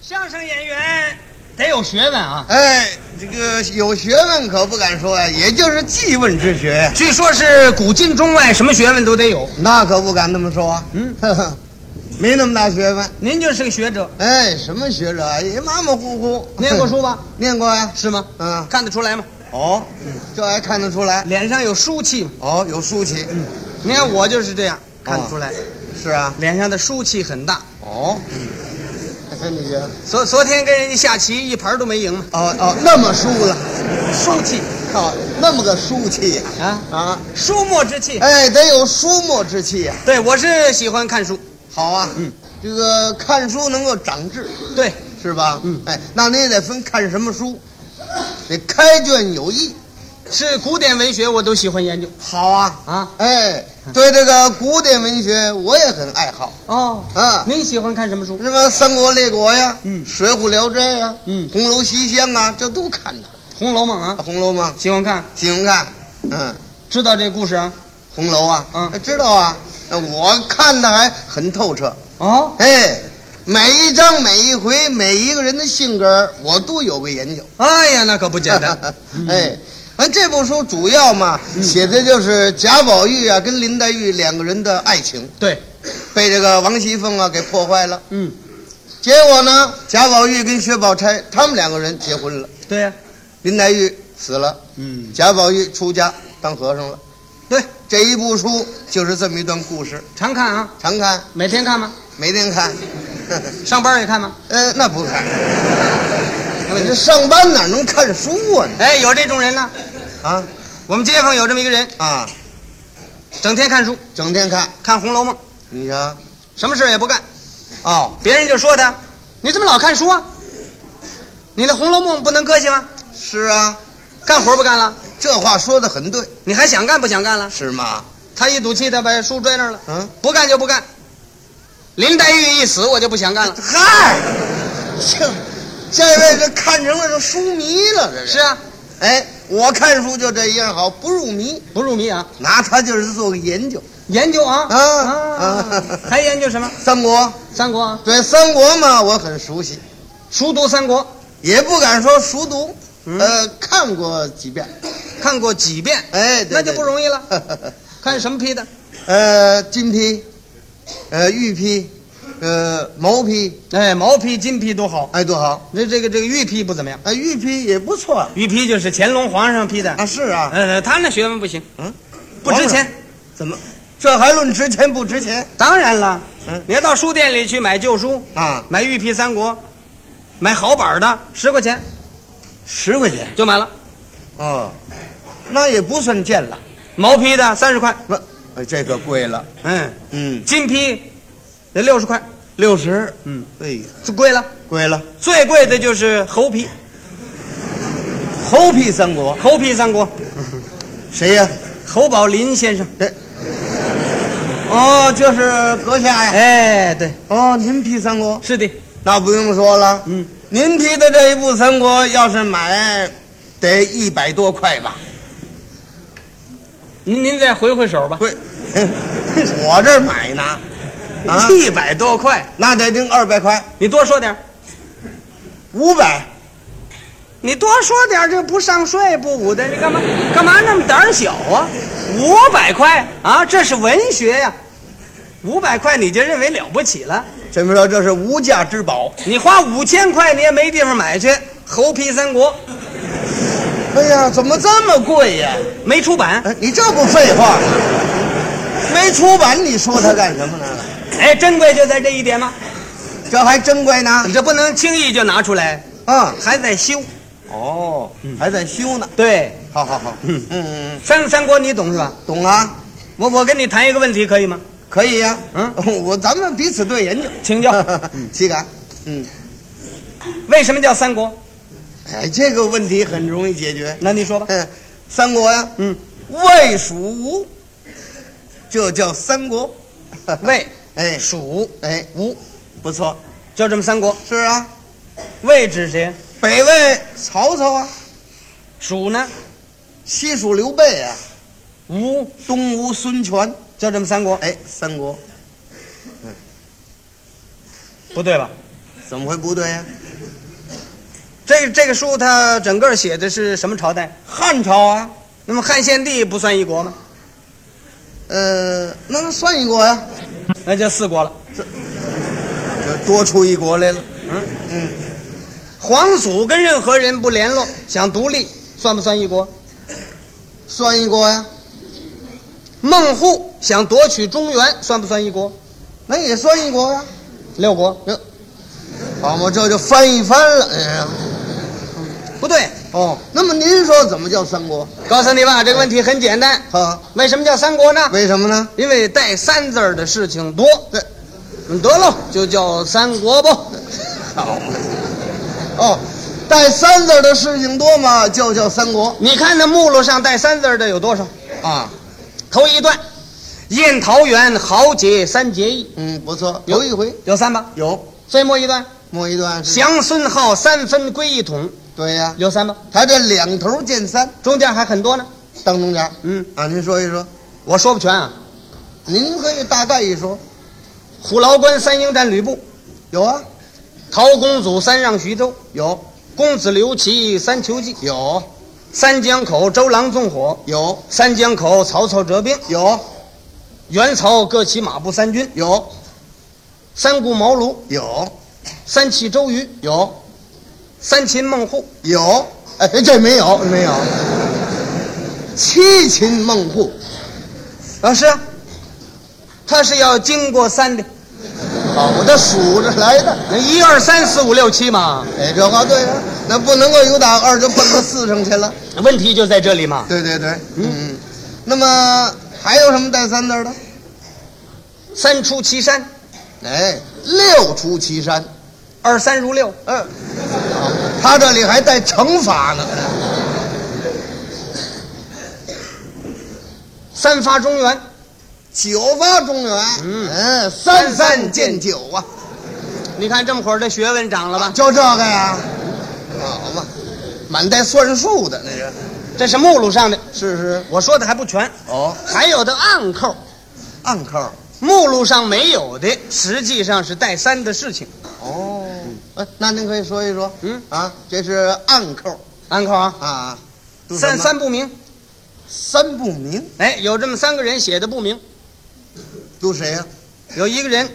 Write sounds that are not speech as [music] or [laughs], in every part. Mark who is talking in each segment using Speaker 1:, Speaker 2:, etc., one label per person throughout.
Speaker 1: 相声演员得有学问啊，
Speaker 2: 哎，这个有学问可不敢说呀、啊也就是记问之学，
Speaker 1: 据说是古今中外什么学问都得有。
Speaker 2: 那可不敢那么说啊。 [laughs]
Speaker 1: 嗯
Speaker 2: 呵呵，没那么大学问。
Speaker 1: 您就是个学者，
Speaker 2: 哎，什么学者啊？也马马虎虎。
Speaker 1: 念过书吧？
Speaker 2: [laughs] 念过呀、
Speaker 1: 是吗？
Speaker 2: 嗯，
Speaker 1: [laughs] 看得出来吗？
Speaker 2: 哦，这还看得出来。
Speaker 1: 脸上有书气吗？
Speaker 2: 哦，有书气。嗯，
Speaker 1: 你看我就是这样，看得出来，
Speaker 2: 是啊。
Speaker 1: 脸上的书气很大。
Speaker 2: 哦，嗯，你觉得？
Speaker 1: 昨昨天跟人家下棋，一盘都没赢嘛，
Speaker 2: 哦哦，那么输了，
Speaker 1: 书气
Speaker 2: 靠，那么个书气呀、
Speaker 1: 啊，
Speaker 2: 啊！
Speaker 1: 书墨之气。
Speaker 2: 哎，得有书墨之气呀、
Speaker 1: 对，我是喜欢看书。
Speaker 2: 好啊，嗯，这个看书能够长智。
Speaker 1: 对，
Speaker 2: 是吧？
Speaker 1: 嗯
Speaker 2: 哎，那你也得分看什么书，得开卷有益。
Speaker 1: 是古典文学，我都喜欢研究
Speaker 2: 好啊，
Speaker 1: 啊。
Speaker 2: 哎，对这个古典文学我也很爱好
Speaker 1: 哦，
Speaker 2: 啊，
Speaker 1: 您喜欢看什么书？
Speaker 2: 什么三国列国呀，
Speaker 1: 嗯
Speaker 2: 水浒聊斋呀，
Speaker 1: 嗯
Speaker 2: 红楼西厢啊，这都看的。
Speaker 1: 《红楼梦》啊，
Speaker 2: 红楼吗？
Speaker 1: 喜欢看，
Speaker 2: 喜欢看，嗯，
Speaker 1: 知道这故事啊？
Speaker 2: 红楼啊，
Speaker 1: 嗯
Speaker 2: 知道啊，我看的还很透彻。
Speaker 1: 哦，
Speaker 2: 哎，每一章、每一回、每一个人的性格，我都有个研究。
Speaker 1: 哎呀，那可不简 [laughs] 单。
Speaker 2: [laughs]
Speaker 1: 嗯
Speaker 2: 哎，完这部书主要嘛写的就是贾宝玉啊跟林黛玉两个人的爱情
Speaker 1: 对，
Speaker 2: 被这个王熙凤啊给破坏了，
Speaker 1: 嗯，
Speaker 2: 结果呢，贾宝玉跟薛宝钗他们两个人结婚了，
Speaker 1: 对呀、
Speaker 2: 林黛玉死了，
Speaker 1: 嗯，
Speaker 2: 贾宝玉出家当和尚了。
Speaker 1: 对，
Speaker 2: 这一部书就是这么一段故事，
Speaker 1: 常看啊，
Speaker 2: 常看，
Speaker 1: 每天看吗？
Speaker 2: 每天看。 [laughs]
Speaker 1: 上班也看吗？
Speaker 2: 呃，那不看， [laughs] 你这上班哪能看书啊你？
Speaker 1: 哎，有这种人呢、
Speaker 2: 啊
Speaker 1: 我们街坊有这么一个人，
Speaker 2: 啊，
Speaker 1: 整天看书，
Speaker 2: 整天看，
Speaker 1: 看《红楼梦》，
Speaker 2: 你瞧，
Speaker 1: 什么事儿也不干。
Speaker 2: 哦，
Speaker 1: 别人就说他：“你怎么老看书啊？你的《红楼梦》不能搁下吗？
Speaker 2: 是啊，
Speaker 1: 干活不干了？
Speaker 2: 这话说的很对，
Speaker 1: 你还想干不想干了
Speaker 2: 是吗？？”
Speaker 1: 他一赌气，他把书拽那儿了，
Speaker 2: 嗯，
Speaker 1: 不干就不干。林黛玉一死，我就不想干了。
Speaker 2: 嗨，这这位这看成了这书迷了，这
Speaker 1: 是。啊，
Speaker 2: 哎，我看书就这样好，不入迷，
Speaker 1: 不入迷啊，
Speaker 2: 拿它就是做个研究。
Speaker 1: 研究啊
Speaker 2: 啊
Speaker 1: 啊
Speaker 2: 啊，
Speaker 1: 还研究什么？
Speaker 2: 三国，
Speaker 1: 三国啊，
Speaker 2: 对三国嘛，我很熟悉，
Speaker 1: 熟读三国，
Speaker 2: 也不敢说熟读，
Speaker 1: 嗯
Speaker 2: 呃，看过几遍。
Speaker 1: 看过几遍，
Speaker 2: 哎，
Speaker 1: 那就不容
Speaker 2: 易
Speaker 1: 易了。。看什么批的？
Speaker 2: [laughs] 呃，金批，呃，玉批，呃，毛批，
Speaker 1: 哎，毛坯、金坯都好，
Speaker 2: 哎，多好。
Speaker 1: 那这个这个玉坯不怎么样。
Speaker 2: 哎，玉批也不错
Speaker 1: 玉坯就是乾隆皇上批的，
Speaker 2: 啊，是啊，
Speaker 1: 呃，他那学问不行，
Speaker 2: 嗯，
Speaker 1: 不值钱。
Speaker 2: 怎么？这还论值钱不值钱
Speaker 1: 当然了，
Speaker 2: 嗯
Speaker 1: 你要到书店里去买旧书，
Speaker 2: 啊？
Speaker 1: 买玉坯三国，买好板儿的，十块钱
Speaker 2: 十块钱。
Speaker 1: 就买了，
Speaker 2: 哦，那也不算贱了。
Speaker 1: 毛坯的三十块，
Speaker 2: 不，哎，这个贵了。
Speaker 1: 嗯，
Speaker 2: 嗯，
Speaker 1: 金坯得六十块，
Speaker 2: 六十。
Speaker 1: 嗯，
Speaker 2: 哎，
Speaker 1: 就贵了。
Speaker 2: 贵了。
Speaker 1: 最贵的就是猴皮，
Speaker 2: 猴皮三国，
Speaker 1: 猴皮三国，
Speaker 2: 谁呀、
Speaker 1: 侯宝林先生。
Speaker 2: 哦，这是阁下呀。
Speaker 1: 哎，对，
Speaker 2: 哦，您批三国，
Speaker 1: 是的，
Speaker 2: 那不用说了。
Speaker 1: 嗯，
Speaker 2: 您批的这一部三国，要是买，得一百多块吧？
Speaker 1: 您您再回回手吧，，
Speaker 2: 贵， [laughs] 我这儿买呢，啊
Speaker 1: 一百多块，
Speaker 2: 那得定二百块，
Speaker 1: 你多说点儿，
Speaker 2: 五百。
Speaker 1: 你多说点儿，这不上税不武的，你干嘛干嘛那么胆儿小啊？五百块啊，这是文学呀、五百块你就认为了不起了？
Speaker 2: 怎么说？这是无价之宝。
Speaker 1: 你花五千块你也没地方买去，《猴皮三国》
Speaker 2: 哎呀，怎么这么贵呀、
Speaker 1: 没出版，
Speaker 2: 哎，你这不废话吗？没出版，你说它干什么呢？
Speaker 1: 哎，珍贵就在这一点吗？
Speaker 2: 这还珍贵呢
Speaker 1: 你。这不能轻易就拿出来，
Speaker 2: 啊，
Speaker 1: 还在修。
Speaker 2: 哦，还在修呢。
Speaker 1: 对，
Speaker 2: 好好好，
Speaker 1: 嗯
Speaker 2: 嗯嗯，
Speaker 1: 三三国你懂是吧？
Speaker 2: 懂啊，
Speaker 1: 我我跟你谈一个问题可以吗？
Speaker 2: 可以呀、
Speaker 1: 嗯，
Speaker 2: [laughs] 我咱们彼此对研究，
Speaker 1: 请 [laughs] 教
Speaker 2: [laughs] 岂敢？嗯，
Speaker 1: 为什么叫三国？
Speaker 2: 哎，这个问题很容易解决。
Speaker 1: 那你说吧。
Speaker 2: 嗯， [laughs] 三国呀、
Speaker 1: 嗯，
Speaker 2: 魏蜀吴，这叫三 [laughs] 国。
Speaker 1: 魏
Speaker 2: 哎
Speaker 1: 蜀
Speaker 2: 哎吴，不错，
Speaker 1: 就这么三国。
Speaker 2: 是啊，
Speaker 1: 魏指谁？
Speaker 2: 北魏曹操啊，
Speaker 1: 蜀呢？
Speaker 2: 西蜀刘备啊，
Speaker 1: 吴
Speaker 2: 东吴孙权，哎
Speaker 1: 就这么三国。
Speaker 2: 哎，三国
Speaker 1: 不对吧？
Speaker 2: 怎么会不对啊呀、
Speaker 1: 这这个书它整个写的是什么朝代？
Speaker 2: 汉朝啊，
Speaker 1: 那么汉献帝不算一国吗？
Speaker 2: 呃，那算一国呀、啊
Speaker 1: 那就四国了。
Speaker 2: 这多出一国来了。
Speaker 1: 皇祖跟任何人不联络，想独立，算不算一国？
Speaker 2: 算一国呀、啊
Speaker 1: 孟户想夺取中原，算不算一国？
Speaker 2: 那也算一国啊呀、
Speaker 1: 六国？
Speaker 2: 这，好嘛，这就翻一翻了。哎呀，
Speaker 1: 不对，
Speaker 2: 哦，那么您说怎么叫三国？
Speaker 1: 告诉你吧，这个问题很简单。
Speaker 2: 啊，
Speaker 1: 为什么叫三国呢？
Speaker 2: 为什么呢？
Speaker 1: 因为带“三”字儿的事情多。
Speaker 2: 对，
Speaker 1: 嗯得喽，就叫三国吧。
Speaker 2: 好，哦，带三字的事情多嘛，就叫三国
Speaker 1: 你看那目录上带“三”字儿的有多少？
Speaker 2: 啊。
Speaker 1: 头一段，宴桃园，豪杰三结义，
Speaker 2: 嗯，不错，有一回
Speaker 1: 有三吧？
Speaker 2: 有，
Speaker 1: 最末一段，
Speaker 2: 末一段是，
Speaker 1: 降孙浩，三分归一统，
Speaker 2: 对呀、
Speaker 1: 有三吧？
Speaker 2: 他这两头见三，
Speaker 1: 中间还很多呢。
Speaker 2: 当中间，
Speaker 1: 嗯，
Speaker 2: 啊，您说一说，
Speaker 1: 我说不全啊。
Speaker 2: 您可以大概一说，
Speaker 1: 虎牢关三英战吕布，
Speaker 2: 有啊，
Speaker 1: 陶公祖三让徐州，
Speaker 2: 有
Speaker 1: 公子刘琦三求计，
Speaker 2: 有
Speaker 1: 三江口周郎纵火，
Speaker 2: 有
Speaker 1: 三江口曹操折兵，
Speaker 2: 有
Speaker 1: 袁曹各骑马步三军，
Speaker 2: 有
Speaker 1: 三顾茅庐，
Speaker 2: 有
Speaker 1: 三气周瑜，
Speaker 2: 有
Speaker 1: 三秦孟户，
Speaker 2: 有，哎，这没有没有，七擒孟获，
Speaker 1: 老师，他是要经过三的，
Speaker 2: 好，啊我这数着来的。
Speaker 1: 那一二三四五六七嘛，
Speaker 2: 哎，这话对啊，那不能够有打二就奔到四上去了。
Speaker 1: 问题就在这里嘛。
Speaker 2: 对对对，嗯。那么还有什么带三字儿的？
Speaker 1: 三出祁山，
Speaker 2: 哎，六出祁山。
Speaker 1: 二三如六，
Speaker 2: 嗯、他这里还带乘法呢。
Speaker 1: 三发中原，
Speaker 2: 九发中原，
Speaker 1: 嗯
Speaker 2: 嗯，三三见九啊，
Speaker 1: 你看这么会儿这学问长了吧？
Speaker 2: 就这个呀，啊好嘛，满带算术的那个，
Speaker 1: 这是目录上的，
Speaker 2: 是是，
Speaker 1: 我说的还不全，
Speaker 2: 哦，
Speaker 1: 还有的暗扣，
Speaker 2: 暗扣，
Speaker 1: 目录上没有的，实际上是带三的事情。
Speaker 2: 哦，哎，那您可以说一说，
Speaker 1: 嗯
Speaker 2: 啊，这是暗扣
Speaker 1: 暗扣啊，
Speaker 2: 啊，是什
Speaker 1: 三
Speaker 2: 么
Speaker 1: 三不明，
Speaker 2: 三不明，
Speaker 1: 哎，有这么三个人写的不明，
Speaker 2: 都谁呀、
Speaker 1: 有一个人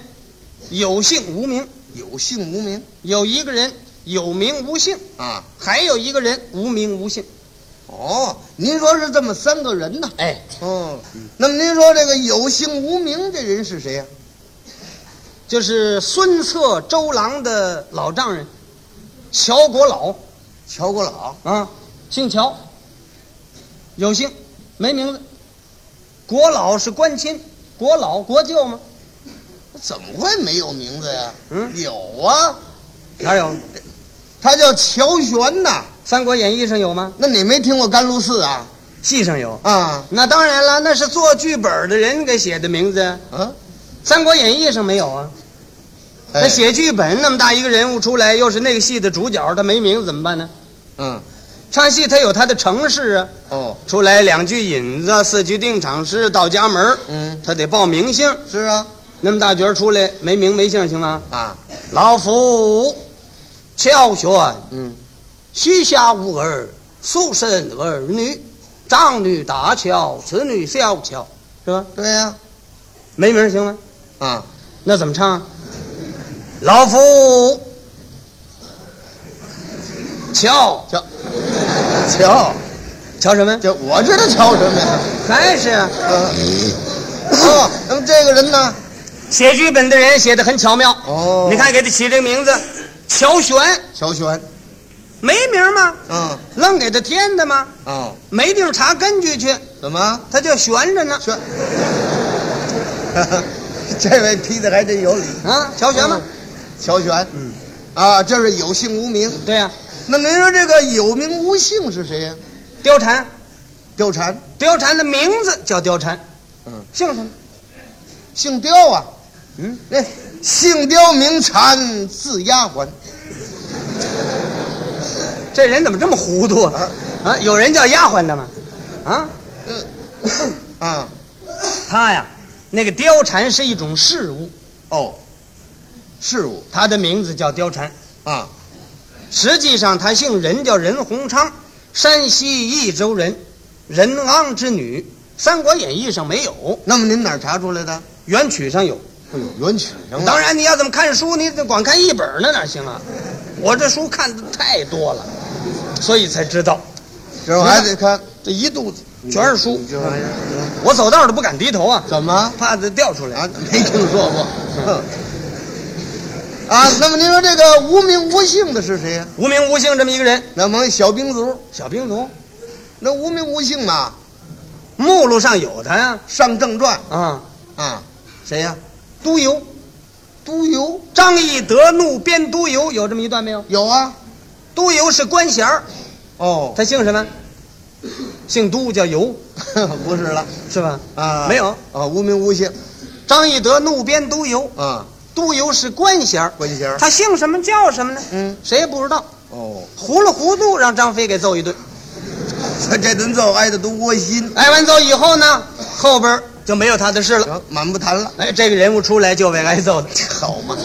Speaker 1: 有姓无名，
Speaker 2: 有姓无名
Speaker 1: 有一个人有名无姓。
Speaker 2: 啊，
Speaker 1: 还有一个人无名无姓。
Speaker 2: 哦，您说是这么三个人呢？
Speaker 1: 哎，
Speaker 2: 哦，那么您说这个有姓无名这人是谁呀、
Speaker 1: 就是孙策、周郎的老丈人，乔国老
Speaker 2: 乔国老，
Speaker 1: 啊，姓乔，有姓，没名字。国老是官亲，国老国舅吗？
Speaker 2: 怎么会没有名字呀？
Speaker 1: 嗯
Speaker 2: 有啊，
Speaker 1: 哪有？《
Speaker 2: 他叫乔玄呐。
Speaker 1: 三国演义》上有吗？
Speaker 2: 那你没听过甘露寺啊？
Speaker 1: 戏上有。
Speaker 2: 啊
Speaker 1: 那当然了，那是做剧本的人给写的名字，《
Speaker 2: 啊，
Speaker 1: 三国演义》上没有啊。那
Speaker 2: 哎
Speaker 1: 写剧本那么大一个人物出来，又是那个戏的主角，他没名字怎么办呢？
Speaker 2: 嗯
Speaker 1: 唱戏他有他的程式啊。
Speaker 2: 哦
Speaker 1: 出来两句引子，四句定场诗，到家门儿
Speaker 2: 嗯
Speaker 1: 他得报名姓。
Speaker 2: 是啊
Speaker 1: 那么大角儿出来没名没姓行吗？
Speaker 2: 啊
Speaker 1: 老夫乔玄，
Speaker 2: 嗯
Speaker 1: 膝下无儿，素生儿女，长女大乔，次女小乔，是吧？
Speaker 2: 对呀
Speaker 1: 没名儿行吗？
Speaker 2: 啊
Speaker 1: 那怎么唱啊？老夫乔
Speaker 2: 乔乔
Speaker 1: 乔什么？
Speaker 2: 这我知道乔什么呀？
Speaker 1: 还是啊
Speaker 2: 嗯、哦，那么这个人呢？
Speaker 1: 写剧本的人写的很巧妙。
Speaker 2: 哦
Speaker 1: 你看给他起这个名字，乔玄。
Speaker 2: 乔玄，
Speaker 1: 没名吗？
Speaker 2: 嗯
Speaker 1: 愣给他添的吗？
Speaker 2: 哦，
Speaker 1: 没地儿查根据去，
Speaker 2: 怎么
Speaker 1: 他就悬着呢。
Speaker 2: 玄？ [laughs] 这位批的还真有理，嗯
Speaker 1: 啊，乔玄吗？
Speaker 2: 乔玄，嗯，啊，这是有姓无名。
Speaker 1: 嗯对呀、
Speaker 2: 那您说这个有名无姓是谁呀、
Speaker 1: 貂蝉，
Speaker 2: 貂蝉，
Speaker 1: 貂蝉的名字叫貂蝉，
Speaker 2: 嗯，
Speaker 1: 姓什么？
Speaker 2: 姓貂啊。
Speaker 1: 嗯，
Speaker 2: 那姓貂名蝉，字丫 [laughs] 鬟。
Speaker 1: 这人怎么这么糊涂啊？啊，有人叫丫鬟的吗？啊，
Speaker 2: 啊，
Speaker 1: 他呀，那个貂蝉是一种事物，
Speaker 2: 哦，事物
Speaker 1: 他的名字叫貂蝉，
Speaker 2: 啊。
Speaker 1: 实际上他姓任，叫任洪昌，山西益州人，任昂之女，《三国演义》上没有，
Speaker 2: 那么您哪儿查出来的？
Speaker 1: 元曲上有。
Speaker 2: 哎呦，原曲上
Speaker 1: 当
Speaker 2: 当
Speaker 1: 然，你要怎么看书，你得光看一本儿那哪行啊？我这书看的太多了，所以才知道
Speaker 2: 这我还得看，
Speaker 1: 这一肚子
Speaker 2: 嗯
Speaker 1: 全是书
Speaker 2: 你。这玩意儿
Speaker 1: 我走道儿都不敢低头啊，
Speaker 2: 怎么啊？
Speaker 1: 怕它掉出来。
Speaker 2: 没听说过。哼啊，那么您说这个无名无姓的是谁呀、
Speaker 1: 无名无姓这么一个人，
Speaker 2: 那么小兵卒，
Speaker 1: 小兵卒，
Speaker 2: 那无名无姓嘛，
Speaker 1: 目录上有他呀。
Speaker 2: 上正传
Speaker 1: 啊，
Speaker 2: 啊，
Speaker 1: 谁呀？都邮，
Speaker 2: 都邮
Speaker 1: 张翼德怒鞭都邮，有这么一段没有？
Speaker 2: 有啊。
Speaker 1: 都邮是官衔儿，
Speaker 2: 哦，
Speaker 1: 他姓什么？姓都叫邮
Speaker 2: [laughs] 不是了
Speaker 1: 是吧？
Speaker 2: 啊，
Speaker 1: 没有。
Speaker 2: 啊，无名无姓
Speaker 1: 张翼德怒鞭都邮，
Speaker 2: 啊，
Speaker 1: 都邮是官衔儿，
Speaker 2: 关衔儿
Speaker 1: 他姓什么叫什么呢？
Speaker 2: 嗯，
Speaker 1: 谁也不知道，
Speaker 2: 哦，
Speaker 1: 糊里糊涂让张飞给揍一顿。
Speaker 2: 这这顿揍挨的都窝心，
Speaker 1: 挨完揍以后呢，后边儿就没有他的事了。
Speaker 2: 行，满不谈了。
Speaker 1: 哎，这个人物出来就被挨揍的，
Speaker 2: [laughs] 好嘛，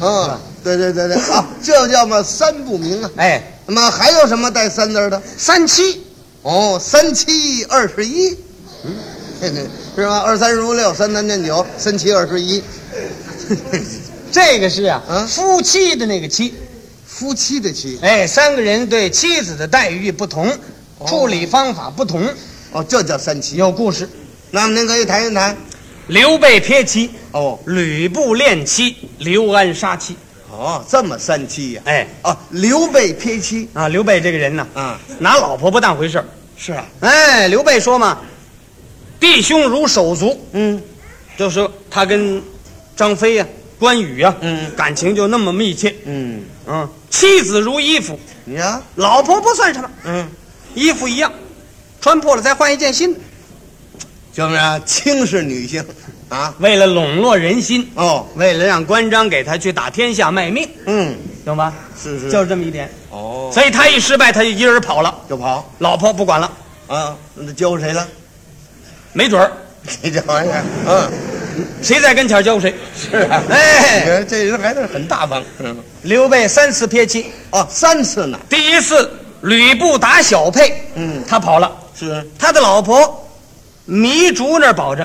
Speaker 2: 啊，对对对对啊，这叫嘛三不明啊。
Speaker 1: 哎，
Speaker 2: 那么还有什么带三字儿的？
Speaker 1: 三七，
Speaker 2: 哦，三七二十一，嗯，是吧？二三如六，三三见九，三七二十一，
Speaker 1: 这个是啊，
Speaker 2: 嗯
Speaker 1: 夫妻的那个妻，
Speaker 2: 夫妻的妻。
Speaker 1: 哎，三个人对妻子的待遇不同，
Speaker 2: 哦
Speaker 1: 处理方法不同，
Speaker 2: 哦，这叫三七。
Speaker 1: 有故事。
Speaker 2: 那么您可以谈一谈。
Speaker 1: 刘备撇妻，
Speaker 2: 哦
Speaker 1: 吕布恋妻，刘安杀妻。
Speaker 2: 哦，这么三七呀、
Speaker 1: 哎，
Speaker 2: 哦，刘备撇妻
Speaker 1: 啊，刘备这个人呢，
Speaker 2: 啊，
Speaker 1: 拿老婆不当回事儿。
Speaker 2: 是啊，
Speaker 1: 哎，刘备说嘛，弟兄如手足，
Speaker 2: 嗯，
Speaker 1: 就是他跟张飞呀、关羽呀、
Speaker 2: 嗯
Speaker 1: 感情就那么密切，
Speaker 2: 嗯，
Speaker 1: 嗯，妻子如衣服，
Speaker 2: 你呀，
Speaker 1: 老婆不算什么，
Speaker 2: 嗯，
Speaker 1: 衣服一样，穿破了再换一件新的。
Speaker 2: 就是啊，轻视女性啊，
Speaker 1: 为了笼络人心，
Speaker 2: 哦，
Speaker 1: 为了让关张给他去打天下卖命，
Speaker 2: 嗯，
Speaker 1: 懂吧？
Speaker 2: 是是，
Speaker 1: 就是这么一点。
Speaker 2: 哦，
Speaker 1: 所以他一失败，他就一人跑了，
Speaker 2: 就跑
Speaker 1: 老婆不管了，
Speaker 2: 啊，那教谁了？ [laughs]
Speaker 1: 没准儿
Speaker 2: 你这玩意儿，嗯，
Speaker 1: 谁在跟前儿教谁。
Speaker 2: 是啊，你
Speaker 1: 哎，
Speaker 2: 看这人还是很大方，嗯，
Speaker 1: 刘备三次撇妻，
Speaker 2: 哦，三次呢，
Speaker 1: 第一次吕布打小沛，
Speaker 2: 嗯
Speaker 1: 他跑了，
Speaker 2: 是，
Speaker 1: 他的老婆糜竺那儿保着，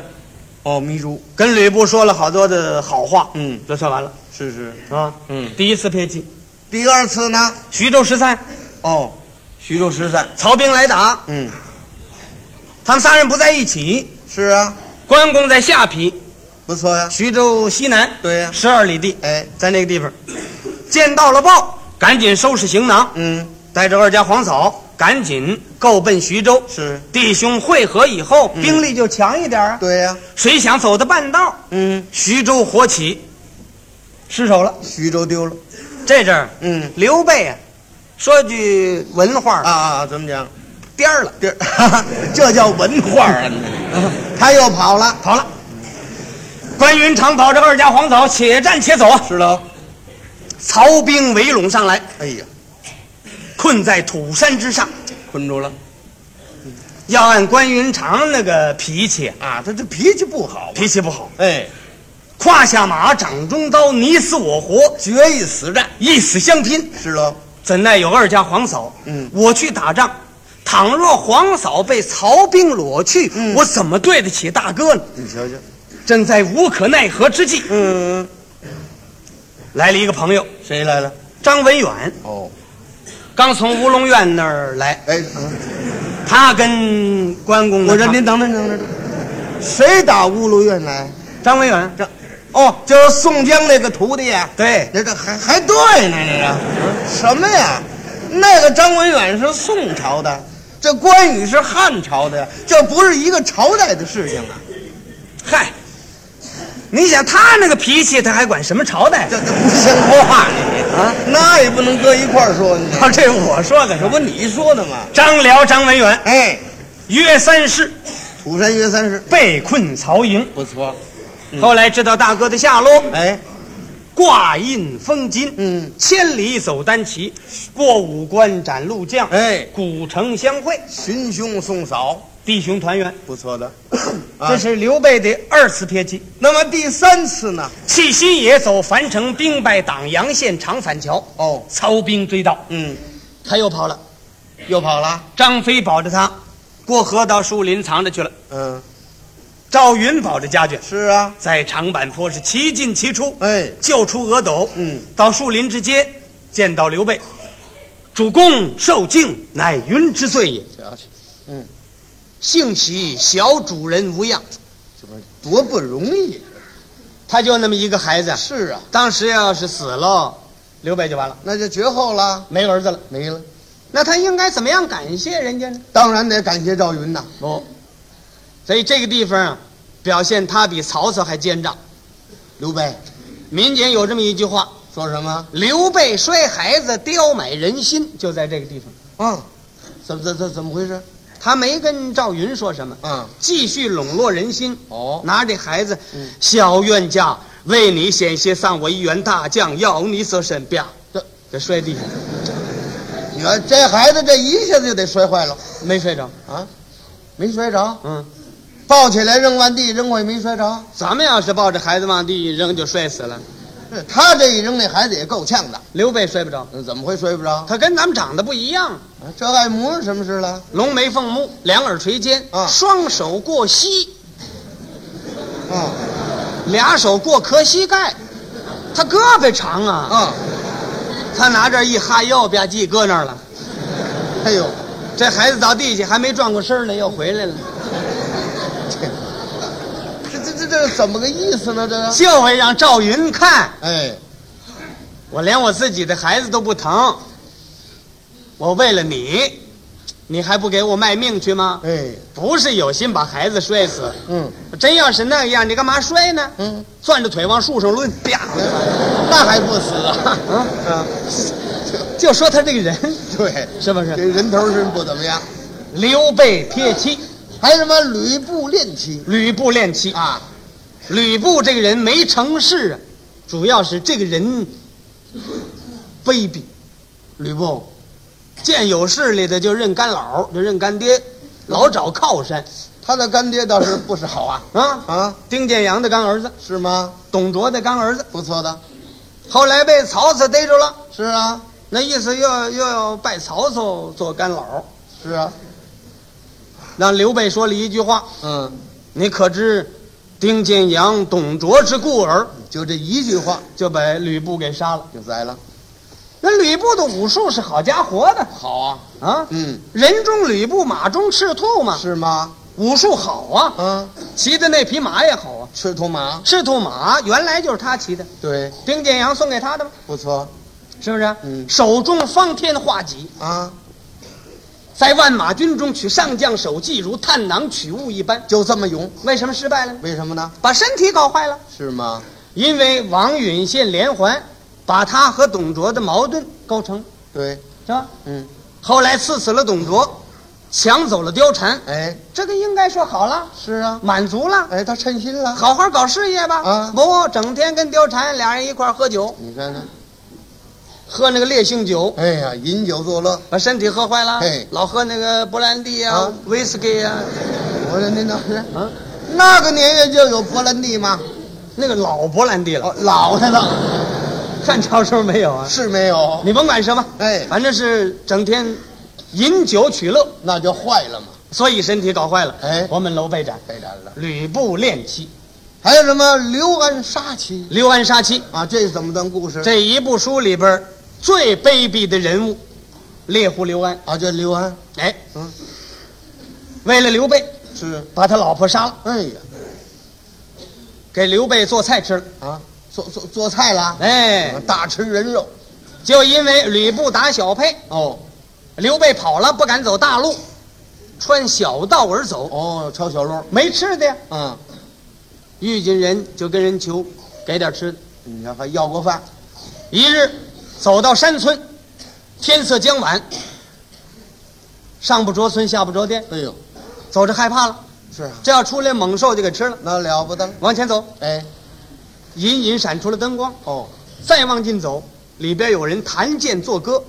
Speaker 2: 哦，迷珠，
Speaker 1: 跟吕布说了好多的好话，
Speaker 2: 嗯，
Speaker 1: 这算完了
Speaker 2: 是是，
Speaker 1: 啊，
Speaker 2: 嗯
Speaker 1: 第一次撇妻，
Speaker 2: 第二次呢，
Speaker 1: 徐州十三，
Speaker 2: 哦，徐州十三，
Speaker 1: 曹兵来打，
Speaker 2: 嗯，
Speaker 1: 他们仨人不在一起，
Speaker 2: 是啊，
Speaker 1: 关公在下邳，
Speaker 2: 不错呀、
Speaker 1: 徐州西南，
Speaker 2: 对呀
Speaker 1: 十二里地，
Speaker 2: 哎，
Speaker 1: 在那个地方，见到了豹，赶紧收拾行囊，
Speaker 2: 嗯，
Speaker 1: 带着二家黄草，赶紧够奔徐州。
Speaker 2: 是，
Speaker 1: 弟兄会合以后，兵力就强一点啊。
Speaker 2: 嗯对呀、
Speaker 1: 谁想走到半道，
Speaker 2: 嗯，
Speaker 1: 徐州火起，失手了。
Speaker 2: 徐州丢了，
Speaker 1: 这阵儿，
Speaker 2: 嗯，
Speaker 1: 刘备啊，说句文化
Speaker 2: 啊，啊，怎么讲？
Speaker 1: 颠儿了，
Speaker 2: 这 [laughs] 这叫文化啊！你他又跑了，
Speaker 1: 跑了。关云长跑着二家黄草，且战且走啊。
Speaker 2: 知道？
Speaker 1: 曹兵围拢上来，
Speaker 2: 哎呀，
Speaker 1: 困在土山之上。
Speaker 2: 困住了
Speaker 1: 要按关云长那个脾气，
Speaker 2: 啊！他这脾气不好嘛，
Speaker 1: 脾气不好，
Speaker 2: 哎，
Speaker 1: 胯下马，掌中刀，你死我活，
Speaker 2: 决一死战，
Speaker 1: 一死相拼。
Speaker 2: 知道？
Speaker 1: 怎奈有二家黄嫂，
Speaker 2: 嗯
Speaker 1: 我去打仗，倘若黄嫂被曹兵裸去，
Speaker 2: 嗯
Speaker 1: 我怎么对得起大哥呢？
Speaker 2: 你瞧瞧，
Speaker 1: 正在无可奈何之际，
Speaker 2: 嗯，
Speaker 1: 来了一个朋友，
Speaker 2: 谁来了？
Speaker 1: 张文远，
Speaker 2: 哦，
Speaker 1: 刚从乌龙院那儿来，
Speaker 2: 哎，
Speaker 1: 他跟关公呢，
Speaker 2: 我说您等等等等，谁打乌鲁院来？
Speaker 1: 张文远，
Speaker 2: 这，哦，就是宋江那个徒弟呀。
Speaker 1: 对，
Speaker 2: 那这还还对呢，这个什么呀？那个张文远是宋朝的，这关羽是汉朝的呀，这不是一个朝代的事情啊！
Speaker 1: 嗨，你想他那个脾气，他还管什么朝代？
Speaker 2: 这这不像话你啊！那也不能搁一块儿说你，
Speaker 1: 啊， [laughs] 这我说的，
Speaker 2: 这不你说的吗？
Speaker 1: 张辽、张文远
Speaker 2: 哎，
Speaker 1: 约三世
Speaker 2: 土山约三十，
Speaker 1: 被困曹营，
Speaker 2: 不错。嗯
Speaker 1: 后来知道大哥的下落，
Speaker 2: 哎，
Speaker 1: 挂印封金，
Speaker 2: 嗯，
Speaker 1: 千里走单骑，过五关斩六将，
Speaker 2: 哎
Speaker 1: 古城相会，
Speaker 2: 寻兄送嫂，
Speaker 1: 弟兄团圆，
Speaker 2: 不错 [clears throat] 的。啊
Speaker 1: 这是刘备的二次撇骑。
Speaker 2: 那么第三次呢？
Speaker 1: 弃新野走樊城，兵败党阳县长反桥。
Speaker 2: 哦
Speaker 1: 曹兵追到，
Speaker 2: 嗯，
Speaker 1: 他又跑了。
Speaker 2: 又跑了。
Speaker 1: 张飞保着他，过河到树林藏着去了。
Speaker 2: 嗯，
Speaker 1: 赵云保着家眷，
Speaker 2: 是啊。
Speaker 1: 在长坂坡是齐进齐出，
Speaker 2: 哎，
Speaker 1: 救出额斗。
Speaker 2: 嗯，
Speaker 1: 到树林之间见到刘备，主公受敬，乃云之罪也。
Speaker 2: 嗯，
Speaker 1: 幸其小主人无恙，
Speaker 2: 这不是多不容易。
Speaker 1: 他就那么一个孩子，
Speaker 2: 是啊，
Speaker 1: 当时要是死了，刘备就完了，
Speaker 2: 那就绝后了，
Speaker 1: 没儿子了。
Speaker 2: 没了。
Speaker 1: 那他应该怎么样感谢人家呢？
Speaker 2: 当然得感谢赵云呐。
Speaker 1: 不，所以这个地方啊，表现他比曹操还奸诈。
Speaker 2: 刘备
Speaker 1: 民间有这么一句话
Speaker 2: 说什么？：“
Speaker 1: 刘备摔孩子，刁买人心。”就在这个地方，
Speaker 2: 啊，怎么怎怎怎么回事？
Speaker 1: 他没跟赵云说什么，
Speaker 2: 啊，
Speaker 1: 继续笼络人心。
Speaker 2: 哦
Speaker 1: 拿这孩子，小冤家，为你险些丧我一员大将，要你所审。啪，这这摔地上，
Speaker 2: 你看这孩子这一下子就得摔坏了
Speaker 1: 没摔着。
Speaker 2: 啊，没摔着，
Speaker 1: 嗯，
Speaker 2: 抱起来扔完地扔过去没摔着。
Speaker 1: 咱们要是抱着孩子往地一扔，就摔死了。
Speaker 2: 是他这一扔，那孩子也够呛的，
Speaker 1: 刘备摔不着，
Speaker 2: 嗯怎么会摔不着？
Speaker 1: 他跟咱们长得不一样。
Speaker 2: 啊这碍模样什么事了？
Speaker 1: 龙眉凤目，两耳垂肩，
Speaker 2: 啊
Speaker 1: 双手过膝，
Speaker 2: 啊
Speaker 1: 俩手过磕膝盖，他胳膊长啊，
Speaker 2: 啊，
Speaker 1: 他拿这一哈腰吧唧搁那儿了。
Speaker 2: 哎呦，
Speaker 1: 这孩子到地下还没转过身呢，又回来了，
Speaker 2: 这这这这怎么个意思呢？这个，
Speaker 1: 就会让赵云看。
Speaker 2: 哎，
Speaker 1: 我连我自己的孩子都不疼，我为了你，你还不给我卖命去吗？
Speaker 2: 哎，
Speaker 1: 不是有心把孩子摔死，
Speaker 2: 嗯
Speaker 1: 真要是那样，你干嘛摔呢？
Speaker 2: 嗯，
Speaker 1: 攥着腿往树上抡，啪！
Speaker 2: 那还不死啊？
Speaker 1: 啊，
Speaker 2: 啊，
Speaker 1: 就说他这个人
Speaker 2: 对，
Speaker 1: 是不是
Speaker 2: 这？人头是不怎么样，
Speaker 1: 刘备贴妻，
Speaker 2: 还什么吕布恋妻
Speaker 1: 吕布恋妻。
Speaker 2: 啊？
Speaker 1: 吕布这个人没成事啊，主要是这个人卑鄙。吕布见有势力的就认干老，就认干爹，老找靠山
Speaker 2: 他的干爹倒是不少啊，
Speaker 1: 啊。
Speaker 2: 啊，
Speaker 1: 丁建阳的干儿子，
Speaker 2: 是吗？
Speaker 1: 董卓的干儿子，
Speaker 2: 不错的，
Speaker 1: 后来被曹操逮住了，
Speaker 2: 是啊，
Speaker 1: 那意思又要又要拜曹操做干老，
Speaker 2: 是啊，
Speaker 1: 让刘备说了一句话
Speaker 2: 嗯，：“
Speaker 1: 你可知丁建阳、董卓之故耳
Speaker 2: 就这一句话？”
Speaker 1: 就把吕布给杀了。
Speaker 2: 就栽了，
Speaker 1: 那吕布的武术是好家伙的
Speaker 2: 好啊，
Speaker 1: 啊，
Speaker 2: 嗯，
Speaker 1: 人中吕布，马中赤兔嘛，
Speaker 2: 是吗？
Speaker 1: 武术好啊，
Speaker 2: 啊，
Speaker 1: 骑的那匹马也好啊。
Speaker 2: 赤兔马，
Speaker 1: 赤兔马原来就是他骑的，
Speaker 2: 对，
Speaker 1: 丁建阳送给他的嘛，
Speaker 2: 不错
Speaker 1: 是不是？
Speaker 2: 嗯
Speaker 1: 手中方天画戟，
Speaker 2: 啊，
Speaker 1: 在万马军中取上将首级，如探囊取物一般。
Speaker 2: 就这么勇，
Speaker 1: 为什么失败了呢？
Speaker 2: 为什么呢？
Speaker 1: 把身体搞坏了，
Speaker 2: 是吗？
Speaker 1: 因为王允献连环，把他和董卓的矛盾构成，
Speaker 2: 对，
Speaker 1: 是吧？
Speaker 2: 嗯，
Speaker 1: 后来刺死了董卓，抢走了貂蝉，
Speaker 2: 哎，
Speaker 1: 这个应该说好了，
Speaker 2: 是啊，
Speaker 1: 满足了。
Speaker 2: 哎，他称心了，
Speaker 1: 好好搞事业吧。
Speaker 2: 啊
Speaker 1: 不，整天跟貂蝉俩人一块儿喝酒，
Speaker 2: 你看看，
Speaker 1: 喝那个烈性酒，
Speaker 2: 哎呀，饮酒作乐，
Speaker 1: 把身体喝坏了
Speaker 2: 嘿。
Speaker 1: 老喝那个勃兰地呀
Speaker 2: 啊、
Speaker 1: 威士忌呀，
Speaker 2: 我说您倒是，
Speaker 1: 啊，
Speaker 2: 那个年月就有勃兰地吗？
Speaker 1: 那个老勃兰地了 [laughs]
Speaker 2: 哦，。老的了，
Speaker 1: 汉朝时候没有啊。
Speaker 2: 是没有，
Speaker 1: 你甭管什么，
Speaker 2: 哎
Speaker 1: 反正是整天饮酒取乐，
Speaker 2: 那就坏了嘛，
Speaker 1: 所以身体搞坏了。
Speaker 2: 哎
Speaker 1: 我们楼被斩，
Speaker 2: 被斩了。
Speaker 1: 吕布恋妻，
Speaker 2: 还有什么刘安杀妻
Speaker 1: 刘安杀妻，
Speaker 2: 啊？这是怎么段故事？
Speaker 1: 这一部书里边儿最卑鄙的人物，猎户刘安。
Speaker 2: 啊，这刘安
Speaker 1: 哎，
Speaker 2: 嗯，
Speaker 1: 为了刘备，
Speaker 2: 是，
Speaker 1: 把他老婆杀了。
Speaker 2: 哎呀，
Speaker 1: 给刘备做菜吃了。
Speaker 2: 啊，做做做菜了，
Speaker 1: 哎，
Speaker 2: 大吃人肉，
Speaker 1: 就因为吕布打小沛，
Speaker 2: 哦
Speaker 1: 刘备跑了，不敢走大路，穿小道而走，
Speaker 2: 哦，抄小路，
Speaker 1: 没吃的呀。
Speaker 2: 嗯，
Speaker 1: 遇见人就跟人求，给点吃的。
Speaker 2: 你看还要过饭，
Speaker 1: 一日走到山村，天色将晚，上不着村，下不着店，
Speaker 2: 哎呦，
Speaker 1: 走着害怕了。
Speaker 2: 是啊，
Speaker 1: 这要出来猛兽就给吃了。
Speaker 2: 那了不得了，
Speaker 1: 往前走，
Speaker 2: 哎，
Speaker 1: 隐隐闪出了灯光。
Speaker 2: 哦，
Speaker 1: 再往进走，里边有人弹剑作歌，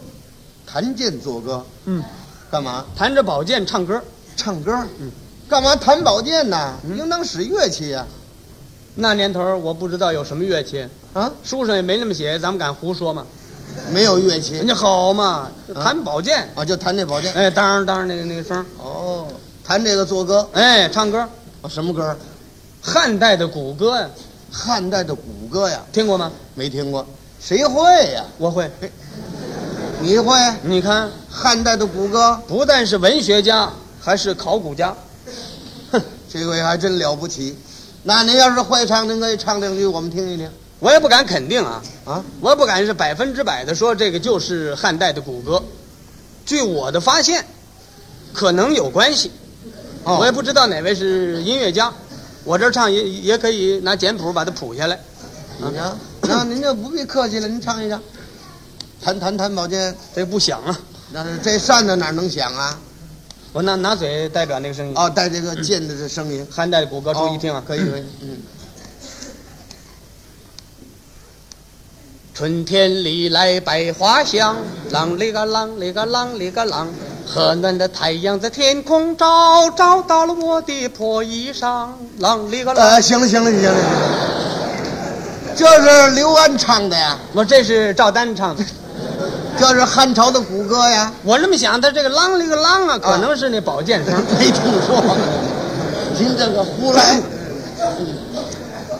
Speaker 2: 弹剑作歌，
Speaker 1: 嗯，
Speaker 2: 干嘛？
Speaker 1: 弹着宝剑唱歌。
Speaker 2: 唱歌，嗯，嗯干嘛弹宝剑呢？应当使乐器啊呀、
Speaker 1: 那年头儿我不知道有什么乐器，
Speaker 2: 啊！
Speaker 1: 书上也没那么写，咱们敢胡说吗？
Speaker 2: 没有乐
Speaker 1: 人
Speaker 2: 器
Speaker 1: 家好嘛，就
Speaker 2: 啊
Speaker 1: 弹宝剑，
Speaker 2: 嗯啊，就弹这宝剑。
Speaker 1: 哎，当然当然那个那个声儿，
Speaker 2: 哦，弹这个做歌，
Speaker 1: 哎，唱歌，
Speaker 2: 啊什么歌？
Speaker 1: 汉代的古歌呀，
Speaker 2: 汉代的古歌呀，
Speaker 1: 听过吗？
Speaker 2: 没听过，谁会呀？
Speaker 1: 我会，
Speaker 2: 你会
Speaker 1: 你看，
Speaker 2: 汉代的古歌？
Speaker 1: 不但是文学家，还是考古家，哼，
Speaker 2: 这回还真了不起。那您要是会唱，您可以唱两句，我们听一听
Speaker 1: 我也不敢肯定啊，
Speaker 2: 啊。
Speaker 1: 我也不敢是百分之百的说这个就是汉代的古歌。据我的发现，可能有关系，
Speaker 2: 哦
Speaker 1: 我也不知道哪位是音乐家，我这儿唱也也可以拿简谱把它谱下来。
Speaker 2: 你瞧，那您就不必客气了，您唱一唱。弹弹弹宝剑，
Speaker 1: 这个不响啊，
Speaker 2: 那是这扇子哪能响啊？
Speaker 1: 我拿拿嘴代表那个声音。
Speaker 2: 哦，带这个剑的这声音。
Speaker 1: 汉代的古歌，注意
Speaker 2: 哦
Speaker 1: 听啊，
Speaker 2: 可以可以，嗯。
Speaker 1: 春天里来百花香，啷哩个啷哩个啷哩个啷，和暖的太阳在天空照，照到了我的破衣裳，啷哩个啷。
Speaker 2: 呃，行了行了行了行了，这是刘安唱的呀，
Speaker 1: 我这是赵丹唱的。
Speaker 2: 这是汉朝的古歌呀，
Speaker 1: 我这么想，他这个啷哩个啷啊，可能是那宝剑声。
Speaker 2: 没听说过。您这个胡来，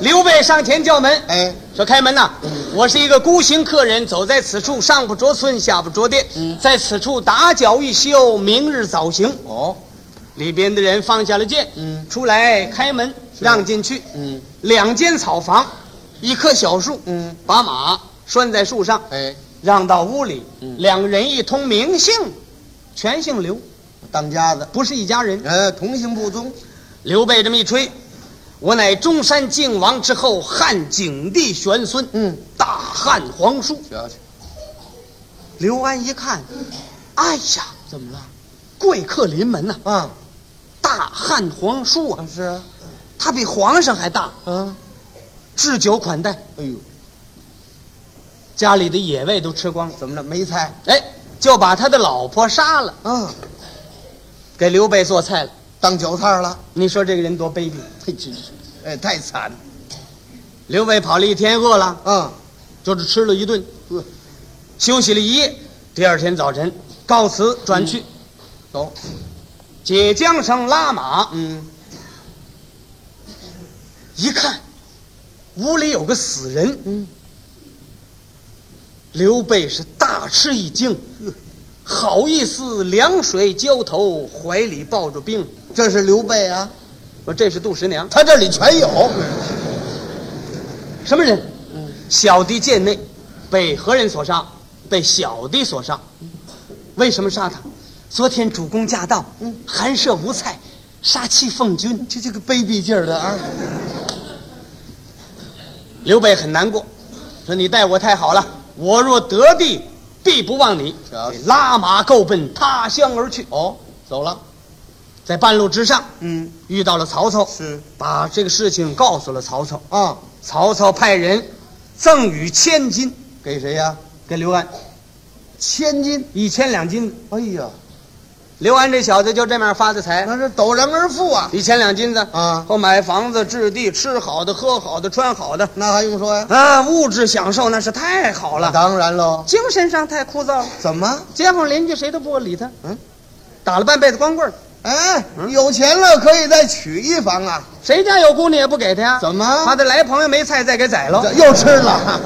Speaker 1: 刘备上前叫门，
Speaker 2: 哎，
Speaker 1: 说：“开门呐！我是一个孤行客人，走在此处，上不着村，下不着店，
Speaker 2: 嗯
Speaker 1: 在此处打搅一宿，明日早行。
Speaker 2: 哦，”
Speaker 1: 里边的人放下了剑，
Speaker 2: 嗯
Speaker 1: 出来开门让进去。
Speaker 2: 嗯
Speaker 1: 两间草房，一棵小树，
Speaker 2: 嗯，
Speaker 1: 把马拴在树上，
Speaker 2: 哎，
Speaker 1: 让到屋里。
Speaker 2: 嗯
Speaker 1: 两人一通名姓，全姓刘，
Speaker 2: 当家的，
Speaker 1: 不是一家人。
Speaker 2: 呃，同姓不宗，
Speaker 1: 刘备这么一吹，我乃中山靖王之后汉景帝玄孙，
Speaker 2: 嗯，
Speaker 1: 大汉皇叔。
Speaker 2: 瞧瞧，
Speaker 1: 刘安一看，哎呀，
Speaker 2: 怎么了？
Speaker 1: 贵客临门呐、
Speaker 2: 啊，
Speaker 1: 大汉皇叔啊，
Speaker 2: 是啊，
Speaker 1: 他比皇上还大，
Speaker 2: 啊，
Speaker 1: 置酒款待，
Speaker 2: 哎呦，
Speaker 1: 家里的野味都吃光了，
Speaker 2: 怎么了？没菜
Speaker 1: 哎，就把他的老婆杀了，
Speaker 2: 啊，
Speaker 1: 给刘备做菜了。
Speaker 2: 当韭菜了，
Speaker 1: 你说这个人多卑鄙！
Speaker 2: 嘿，真是，哎，太惨了
Speaker 1: 刘备跑了一天，饿了，
Speaker 2: 啊，
Speaker 1: 就是吃了一顿，
Speaker 2: 呵，
Speaker 1: 休息了一夜。第二天早晨，告辞转去，
Speaker 2: 走，
Speaker 1: 解缰绳拉马，
Speaker 2: 嗯，
Speaker 1: 一看，屋里有个死人。
Speaker 2: 嗯，
Speaker 1: 刘备是大吃一惊，好意思凉水浇头，怀里抱着冰。
Speaker 2: 这是刘备啊，
Speaker 1: 我这是杜十娘，
Speaker 2: 他这里全有，
Speaker 1: 什么人？小弟贱内，被何人所杀？被小弟所杀。为什么杀他？昨天主公驾到，寒舍无菜，杀妻奉君。
Speaker 2: 就这个卑鄙劲儿的啊。
Speaker 1: 刘备很难过，说你待我太好了，我若得地，必不忘你
Speaker 2: 瞧瞧。
Speaker 1: 拉马够奔他乡而去。
Speaker 2: 哦，走了。
Speaker 1: 在半路之上，
Speaker 2: 嗯，
Speaker 1: 遇到了曹操，
Speaker 2: 是
Speaker 1: 把这个事情告诉了曹操。
Speaker 2: 啊，
Speaker 1: 曹操派人赠与千金
Speaker 2: 给谁呀、
Speaker 1: 给刘安，
Speaker 2: 千金。
Speaker 1: 一千两金子。
Speaker 2: 哎呀，
Speaker 1: 刘安这小子就这面发的财，
Speaker 2: 那是陡然而富啊！
Speaker 1: 一千两金子
Speaker 2: 啊
Speaker 1: 后买房子、置地、吃好的、喝好的、穿好的，
Speaker 2: 那还用说呀？
Speaker 1: 啊，物质享受那是太好了，
Speaker 2: 当然喽。嗯
Speaker 1: 精神上太枯燥了。
Speaker 2: 怎么？
Speaker 1: 街坊邻居谁都不理他，
Speaker 2: 嗯，
Speaker 1: 打了半辈子光棍儿，
Speaker 2: 哎，有钱了可以再娶一房啊？
Speaker 1: 谁家有姑娘也不给他呀？
Speaker 2: 怎么
Speaker 1: 怕他来朋友没菜再给宰了
Speaker 2: 这？又吃了？